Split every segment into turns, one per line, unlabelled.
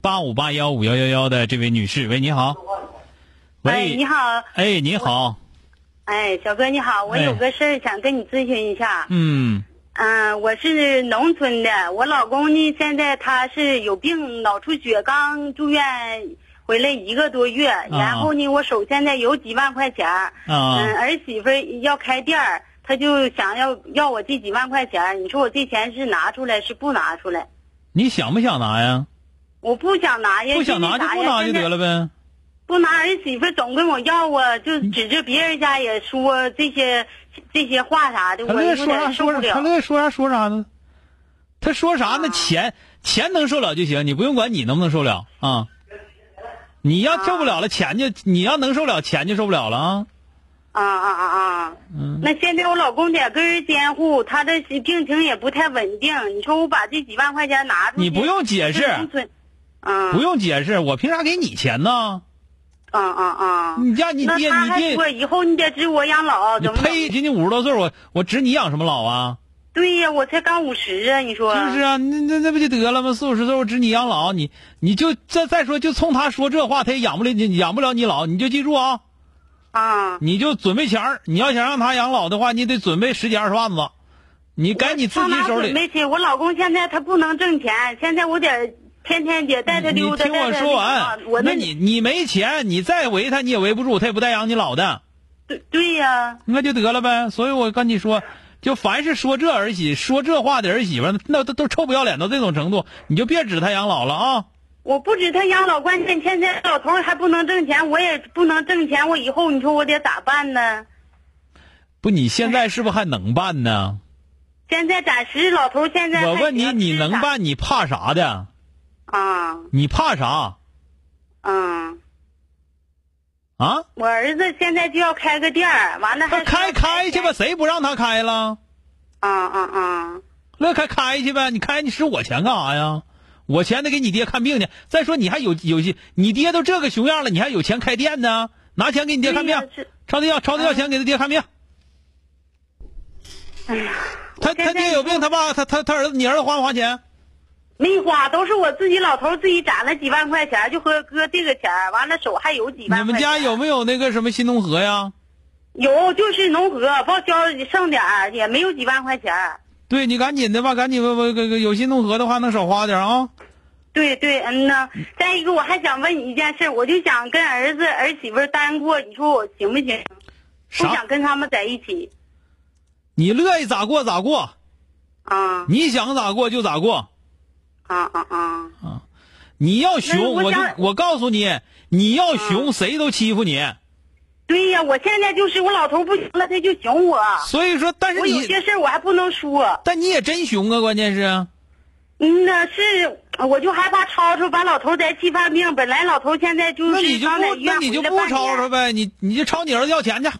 八五八幺五幺幺幺的这位女士，喂，你好。
哎，你。好，
哎，你好。
哎，小哥你好，我
哎
有个事儿想跟你咨询一下。
嗯
嗯、我是农村的，我老公呢现在他是有病，脑出血，刚住院回来一个多月，然后呢，我手现在有几万块钱儿，
啊
嗯，儿媳妇儿要开店儿，他就想要要我这几万块钱儿，你说我这钱是拿出来是不拿出来？
你想不想拿呀？
我不想拿呀，
不想拿
因
就
为啥
不
呀
拿就
现在
得了呗。
不拿儿媳妇总跟我要啊，就指着别人家也说这些这些话啥的，
他
我
乐意
有
说啥
点受
说
不
啥，他
了。
乐意说啥说啥呢？他说啥那
啊
钱钱能受了就行，你不用管你能不能受了啊。你要受不了了，钱就你要能受了，钱就受不了了啊。
啊啊啊啊！
嗯
那现在我老公在跟人监护，他的病情也不太稳定。你说我把这几万块钱拿出去，
你不用解释，
农村，嗯，
不，用解释，我凭啥给你钱呢？
嗯嗯嗯。
你家你
那
爹
他
你
还
爹
说，以后你得指我养老，
你
怎么怎么？
呸！今年五十多岁，我我指你养什么老啊？
对呀，我才刚五十啊，你说
就是啊，那那那不就得了吗？四五十岁我指你养老，你你就再再说，就冲他说这话，他也养不了你，养不了你老，你就记住啊。
啊，
你就准备钱儿，你要想让他养老的话，你得准备十几二十万吧。你该你自
上
己
哪
手
准
里。
备去？我老公现在他不能挣钱，现在我得天天得带他
你
溜达。
听啊我
带他
说
那个我
完，那
那
你你没钱，你再围他，你也围不住，他也不带养你老的，
对对呀、
那就得了呗。所以我跟你说，就凡是说这儿媳说这话的儿媳妇儿，那都都臭不要脸到这种程度，你就别指他养老了啊。
我不止他养老，关键现在老头儿还不能挣钱，我也不能挣钱，我以后你说我得咋办呢？
不，你现在是不是还能办呢？
现在暂时老头儿现在
我
还
问
比
你，
较
你
自
能
大
办？你怕啥的？
啊？
你怕啥
嗯，
啊？
我儿子现在就要开个店儿，完
那
了还
开开去吧，
说。
谁不让他开了？
啊啊啊！
乐开开去呗，你开你使我钱干啥呀？我钱得给你爹看病去。再说你还有有些，你爹都这个熊样了，你还有钱开店呢？拿钱给你爹看
对呀嗯
病，
是
朝他要朝他要钱给他爹看病。
哎呀，
他
我现
他
在
爹有病，他爸他他他儿子，你儿子花不花钱？
没花，都是我自己老头儿自己攒了几万块钱儿，就和哥这个钱儿，完了手还有几
你
万块钱。
们家有没有那个什么新农合呀？
有，就是农合报销剩点儿，也没有几万块钱儿。
对你赶紧的吧，赶紧吧吧个个有新农合的话能少花点啊。
对对，嗯呐。再一个，我还想问你一件事儿，我就想跟儿子儿媳妇儿单过，你说我行不行？不
啥
想？跟他们在一起
你乐意咋过咋过，
啊
你想咋过就咋过。
啊啊啊！
你要熊，
我
我
嗯
就
想
我告诉你，你要熊，谁都欺负你。
对呀，我现在就是我老头不行了，他就熊我。
所以说，但是
我有
你
些事儿我还不能说，
但你也真熊啊，关键是，
嗯呐，是，我就害怕吵吵，把老头再气犯病。本来老头现在就
那
是
你就
刚在
不
医院
那你就
回来
不
半
吵
年
吵呗，你你就朝你儿子要钱去，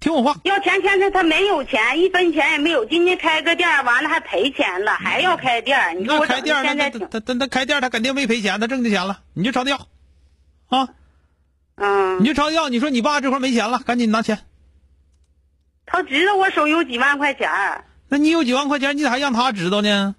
听我话，
要钱，现在他没有钱，一分钱也没有。今天开个店儿，完了还赔钱了，还要开店儿。你说
那
我
开
整
店
的
儿
现
那
在
他
挺……
他他他开店儿他肯定没赔钱，他挣的钱了，你就朝他要，啊，你
嗯，
就朝他要，你说你爸这块没钱了，赶紧拿钱，
他知道我手有几万块钱儿。
那你有几万块钱，你咋还让他知道呢？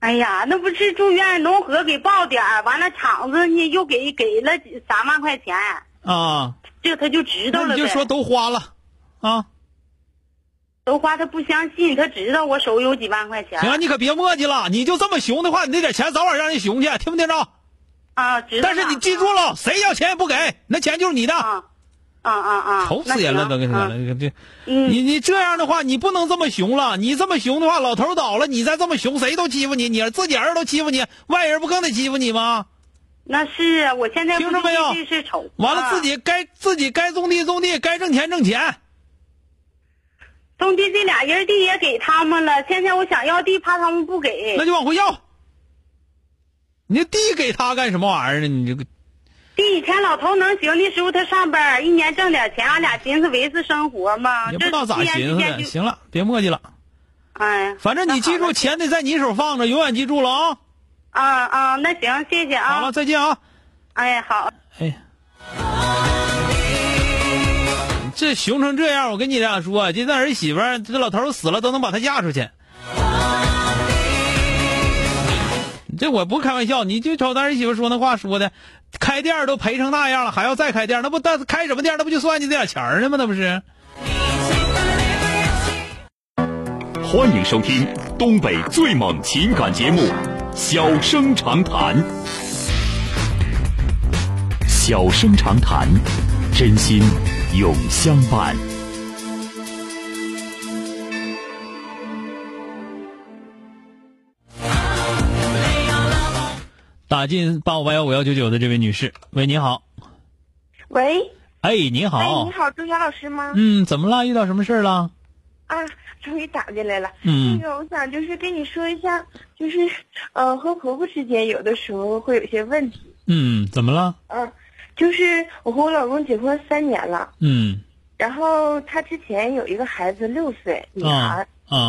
哎呀，那不是住院农合给报点儿，完了厂子呢又给给了几三万块钱，
啊，
这他就知道
那
了呗。
你就说都花了，啊，
都花，他不相信，他知道我手有几万块钱。
啊行了，你可别磨叽了，你就这么熊的话，你那点钱早晚让人熊去，听没听着？
啊，知道
但
了。
是你记住了，谁要钱也不给，那钱就是你的。
啊，啊啊啊！
愁死人了，都跟你说
那
了，
行啊
这
嗯
你你这样的话，你不能这么熊了。你这么熊的话，老头儿倒了，你再这么熊，谁都欺负你，你自己人都欺负你，外人不更得欺负你吗？
那是啊我现在
听着没有
这是愁。
完了，
啊
自己该自己该种地种地，该挣钱挣钱。
种地这俩人地也给他们了，现在我想要地，怕他们不给
那。就往回要。你递给他干什么玩意儿呢？你这个
地以前老头能行，那时候他上班，一年挣点钱，俺俩寻思维持生活嘛。
也
啊这
不知道咋
一年
寻
之
思
间
的。
就，
行了，别墨迹了，
哎，
反正你记住，钱得在你手放着，永远记住了啊！
啊啊，那行，谢谢
好
啊
了，。再见啊！
哎，好。
哎，这熊成这样，我跟你俩说，这让人媳妇儿，这老头儿死了都能把他嫁出去。这我不开玩笑，你就瞅咱儿媳妇说那话说的，开店儿都赔成那样了，还要再开店儿，那不但开什么店儿，那不就算计这点钱儿呢吗？那不是。
欢迎收听东北最猛情感节目《小生长谈》。小生长谈，真心永相伴。
打进八五八幺五幺九九的这位女士，喂，你好，
喂，
哎，你
哎，
好
你，好，周霞老师吗？
嗯，怎么了？遇到什么事儿了？
啊，终于打进来了。
嗯
那个，我想就是跟你说一下，就是呃，和婆婆之间有的时候会有些问题。
嗯，怎么了？
嗯、就是我和我老公结婚三年了，
嗯，
然后他之前有一个孩子六岁女
啊
孩，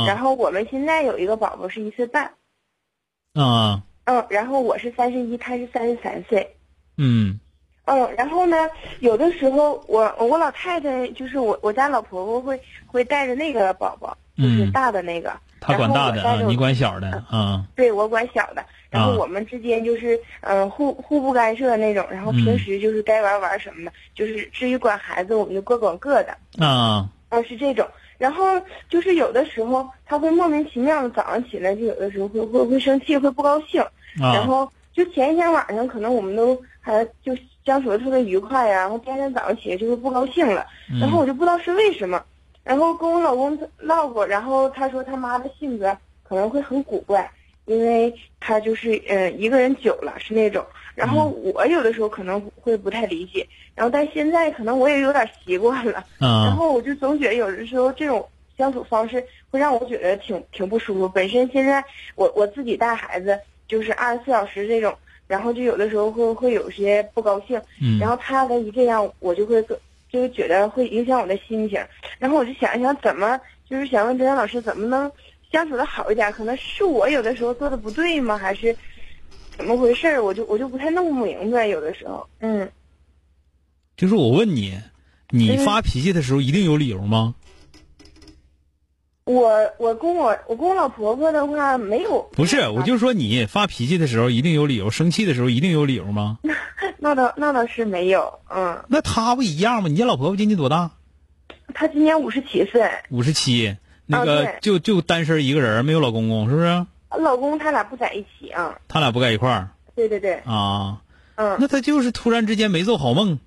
然
啊
后我们现在有一个宝宝是一岁半。
啊，
嗯，然后我是三十一，他是三十三岁。
嗯
嗯，然后呢，有的时候我我老太太就是我我家老婆婆会会带着那个宝宝，就是
嗯
大的那个，
他管大的
然后我带
啊
着，我
你管小 的啊，
对我管小的，然后
啊
我们之间就是嗯、呃互互不干涉那种，然后
嗯
平时就是该玩玩什么的，就是至于管孩子，我们就各管各的，
啊
啊是这种。然后就是有的时候他会莫名其妙的早上起来，就有的时候会会会生气，会不高兴，然
啊
后就前一天晚上可能我们都还就相处的特别愉快呀、然后第二天早上起来就会不高兴了，
嗯
然后我就不知道是为什么，然后跟我老公唠过，然后他说他妈的性格可能会很古怪，因为他就是嗯、呃一个人久了是那种，然后
嗯
我有的时候可能会不太理解，然后但现在可能我也有点习惯了，然
啊
后我就总觉得有的时候这种相处方式会让我觉得挺挺不舒服。本身现在我我自己带孩子就是二十四小时这种，然后就有的时候会会有些不高兴，
嗯
然后他要一这样，我就会个就觉得会影响我的心情。然后我就想一想怎么，就是想问周岩老师怎么能相处的好一点？可能是我有的时候做的不对吗？还是怎么回事儿？我就我就不太弄明白，有的时候，嗯。
就是我问你，你
嗯
发脾气的时候一定有理由吗？
我我跟我我跟我老婆婆的话没有
不是，我就说你发脾气的时候一定有理由，生气的时候一定有理由吗？
嗯那倒那倒是没有，嗯，
那他不一样吗？你家老婆婆今年多大？
他今年五十七岁，
五十七，那
啊
个
对
就就单身一个人，没有老公公，是不是？
老公他俩不在一起啊，
他俩不在一块儿
对对对，
啊？
嗯，
那他就是突然之间没做好梦，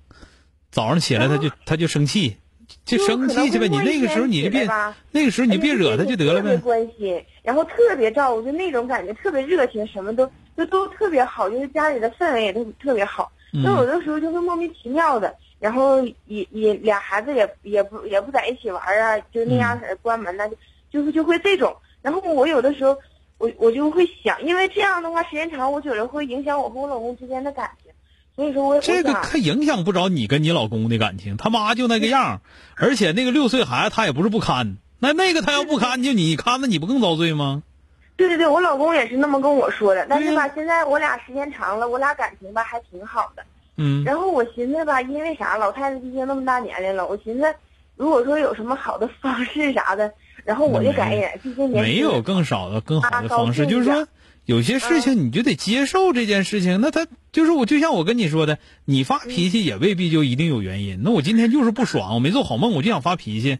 早上起来他就、他就生气，就
啊就
生
可能
气去呗。
会
你
莫
那
名
个时候
其
你就
妙
别
吧
那个时候哎
哎
你就别惹他就得了
特别
呗。
关心，然后特别照顾，就那种感觉，特别热情，什么都就都特别好，就是家里的氛围也都特别好。
嗯
那有的时候就会莫名其妙的，然后也也俩孩子也也不也不在一起玩儿啊，就那
嗯
样式儿关门那就就是就会这种。然后我有的时候我我就会想，因为这样的话时间长，我觉得会影响我和我老公之间的感情，所以说我
这个
我想
可影响不着你跟你老公的感情，他妈就那个样儿，而且那个六岁孩子他也不是不堪，那那个他要不堪就你堪，那你不更遭罪吗？
对对对，我老公也是那么跟我说的，但是吧，
嗯
现在我俩时间长了，我俩感情吧还挺好的。
嗯
然后我寻思吧，因为啥，老太太毕竟那么大年龄了，我寻思，如果说有什么好的方式啥的，然后我就改一改，毕竟年轻
嗯没有更少的、更好的
啊高
方式，
兴
就是
一嗯
说
点
有些事情你就得接受这件事情。那他就是我，就像我跟你说的，你发脾
嗯
气也未必就一定 有原因。那我今天就是不爽，我没做好梦，我就想发脾气，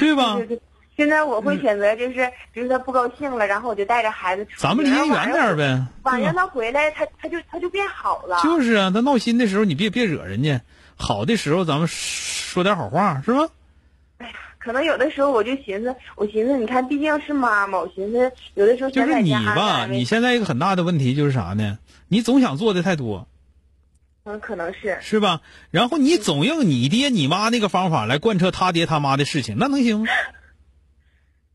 对吧？嗯
对对对现在我会选择就是，比如说他不高兴了，然后我就带着孩子出去。
咱们离
然
得
后晚
远
上
点儿。呗，
晚
对
上
吧？
他回来，他他就他就变好了。
就是啊，他闹心的时候你别别惹人家，好的时候咱们说点好话，是吧？
可能有的时候我就寻思，我寻思，你看，毕竟是妈妈，我寻思有的时候
就
想
是
在
你
家安慰
吧，
安慰
你现在一个很大的问题就是啥呢？你总想做的太多，
嗯，可能是
是吧？然后你总用你爹你妈那个方法来贯彻他爹他妈的事情，那能行吗？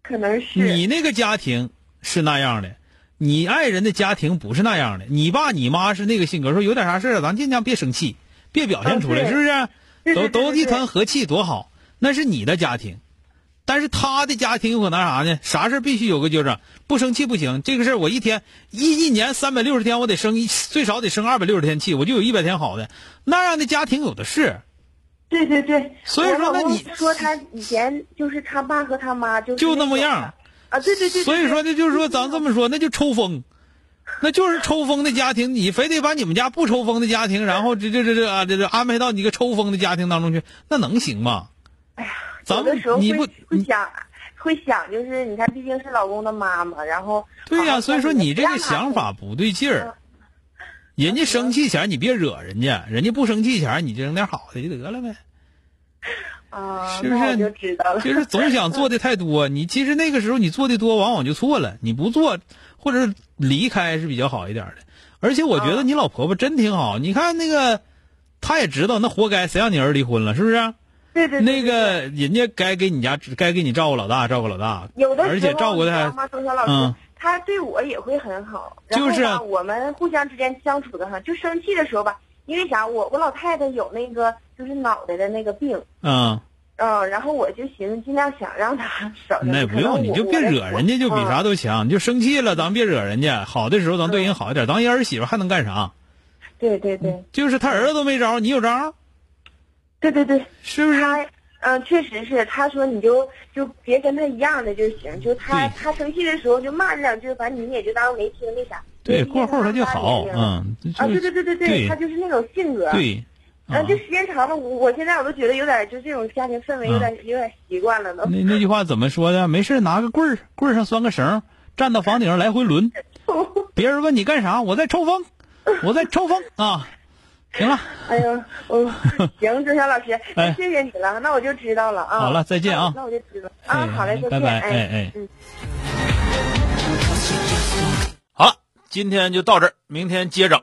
可能是
你那个家庭是那样的，你爱人的家庭不是那样的。你爸你妈是那个性格，说有点啥事儿，咱尽量别生气，别表现出来，
嗯对
是不是？
对
都
对对
都
对
一
对
团和气，多好。那是你的家庭，但是他的家庭有可能啥呢？啥事儿必须有个纠正，不生气不行。这个事儿我一天一一年三百六十天，我得生一最少得生二百六十天气，我就有一百天好的。那样的家庭有的是，
对对对。
所以说
我老
那
公
你
说他以前就是他爸和他妈就是
就那
种
么样
的啊，对 对对。对
所以
对
说，那就是说，咱这么说，那就抽风，那就是抽风的家庭，你非得把你们家不抽风的家庭，然后这这这这啊，这这安排到你一个抽风的家庭当中去，那能行吗？咱
哎有的
们
时候
你
会
不
会
你
想，会想就是你看，毕竟是老公的妈妈，然后
对呀、
好好
所以说
照顾
你这
让
个
他
想法不对劲
嗯
儿。人家生气前儿你别惹人家，人家不生气前儿你就整点好的就得了呗。
啊，
是不
那我
是
就知 道了。
就是总想做的太多，你其实那个时候你做的多，往往就错了。你不做或者离开是比较好一点的。而且我觉得你老婆婆真挺好，你看那个，她也知道那活该，谁让你儿离婚了，是不是？
对对对
那
对对
个人家该给你家该给你照顾老大，照顾老大，
有的时候
而且照顾
你
的
知道
还
吗，周晓老师，
嗯
他对我也会很好。然
就是
后
啊
吧，我们互相之间相处的很好，就生气的时候吧，因为啥，我我老太太有那个就是脑袋的那个病，
嗯，
嗯，然后我就寻思尽量想让 她少生气。
那也不用，你就别惹人家，就比啥
都。
都强。你就生气了，咱别惹人家。好的时候咱对人好一点，咱一儿媳妇还能干啥？
对对对
就是他儿子都没招，你有招，
对对对，
是不是？
他。嗯，确实是。他说你就就别跟他一样的就行，就他
对
他生气的时候就骂你两句，反正你也就当没听那啥。
对，
因为
过后他就
妈妈
好，
也
嗯，
啊，对对
对
对对
对
他就是那种性格。
对，
嗯，
啊啊
就时间长了，我我现在我都觉得有点，就这种家庭氛围有点、有点习惯了都。
那那句话怎么说的？没事拿个棍儿，棍儿上拴个绳，站到房顶上来回抡。别人问你干啥，我在抽风，我在抽风啊！行了，
哎呀，我 行，周晓老师，
哎
那谢谢你了，那我就知道了啊。
好了再见啊
那我就知道啊，
哎
好嘞，再见，
拜拜哎哎
哎，嗯。
好了，今天就到这儿，明天接整。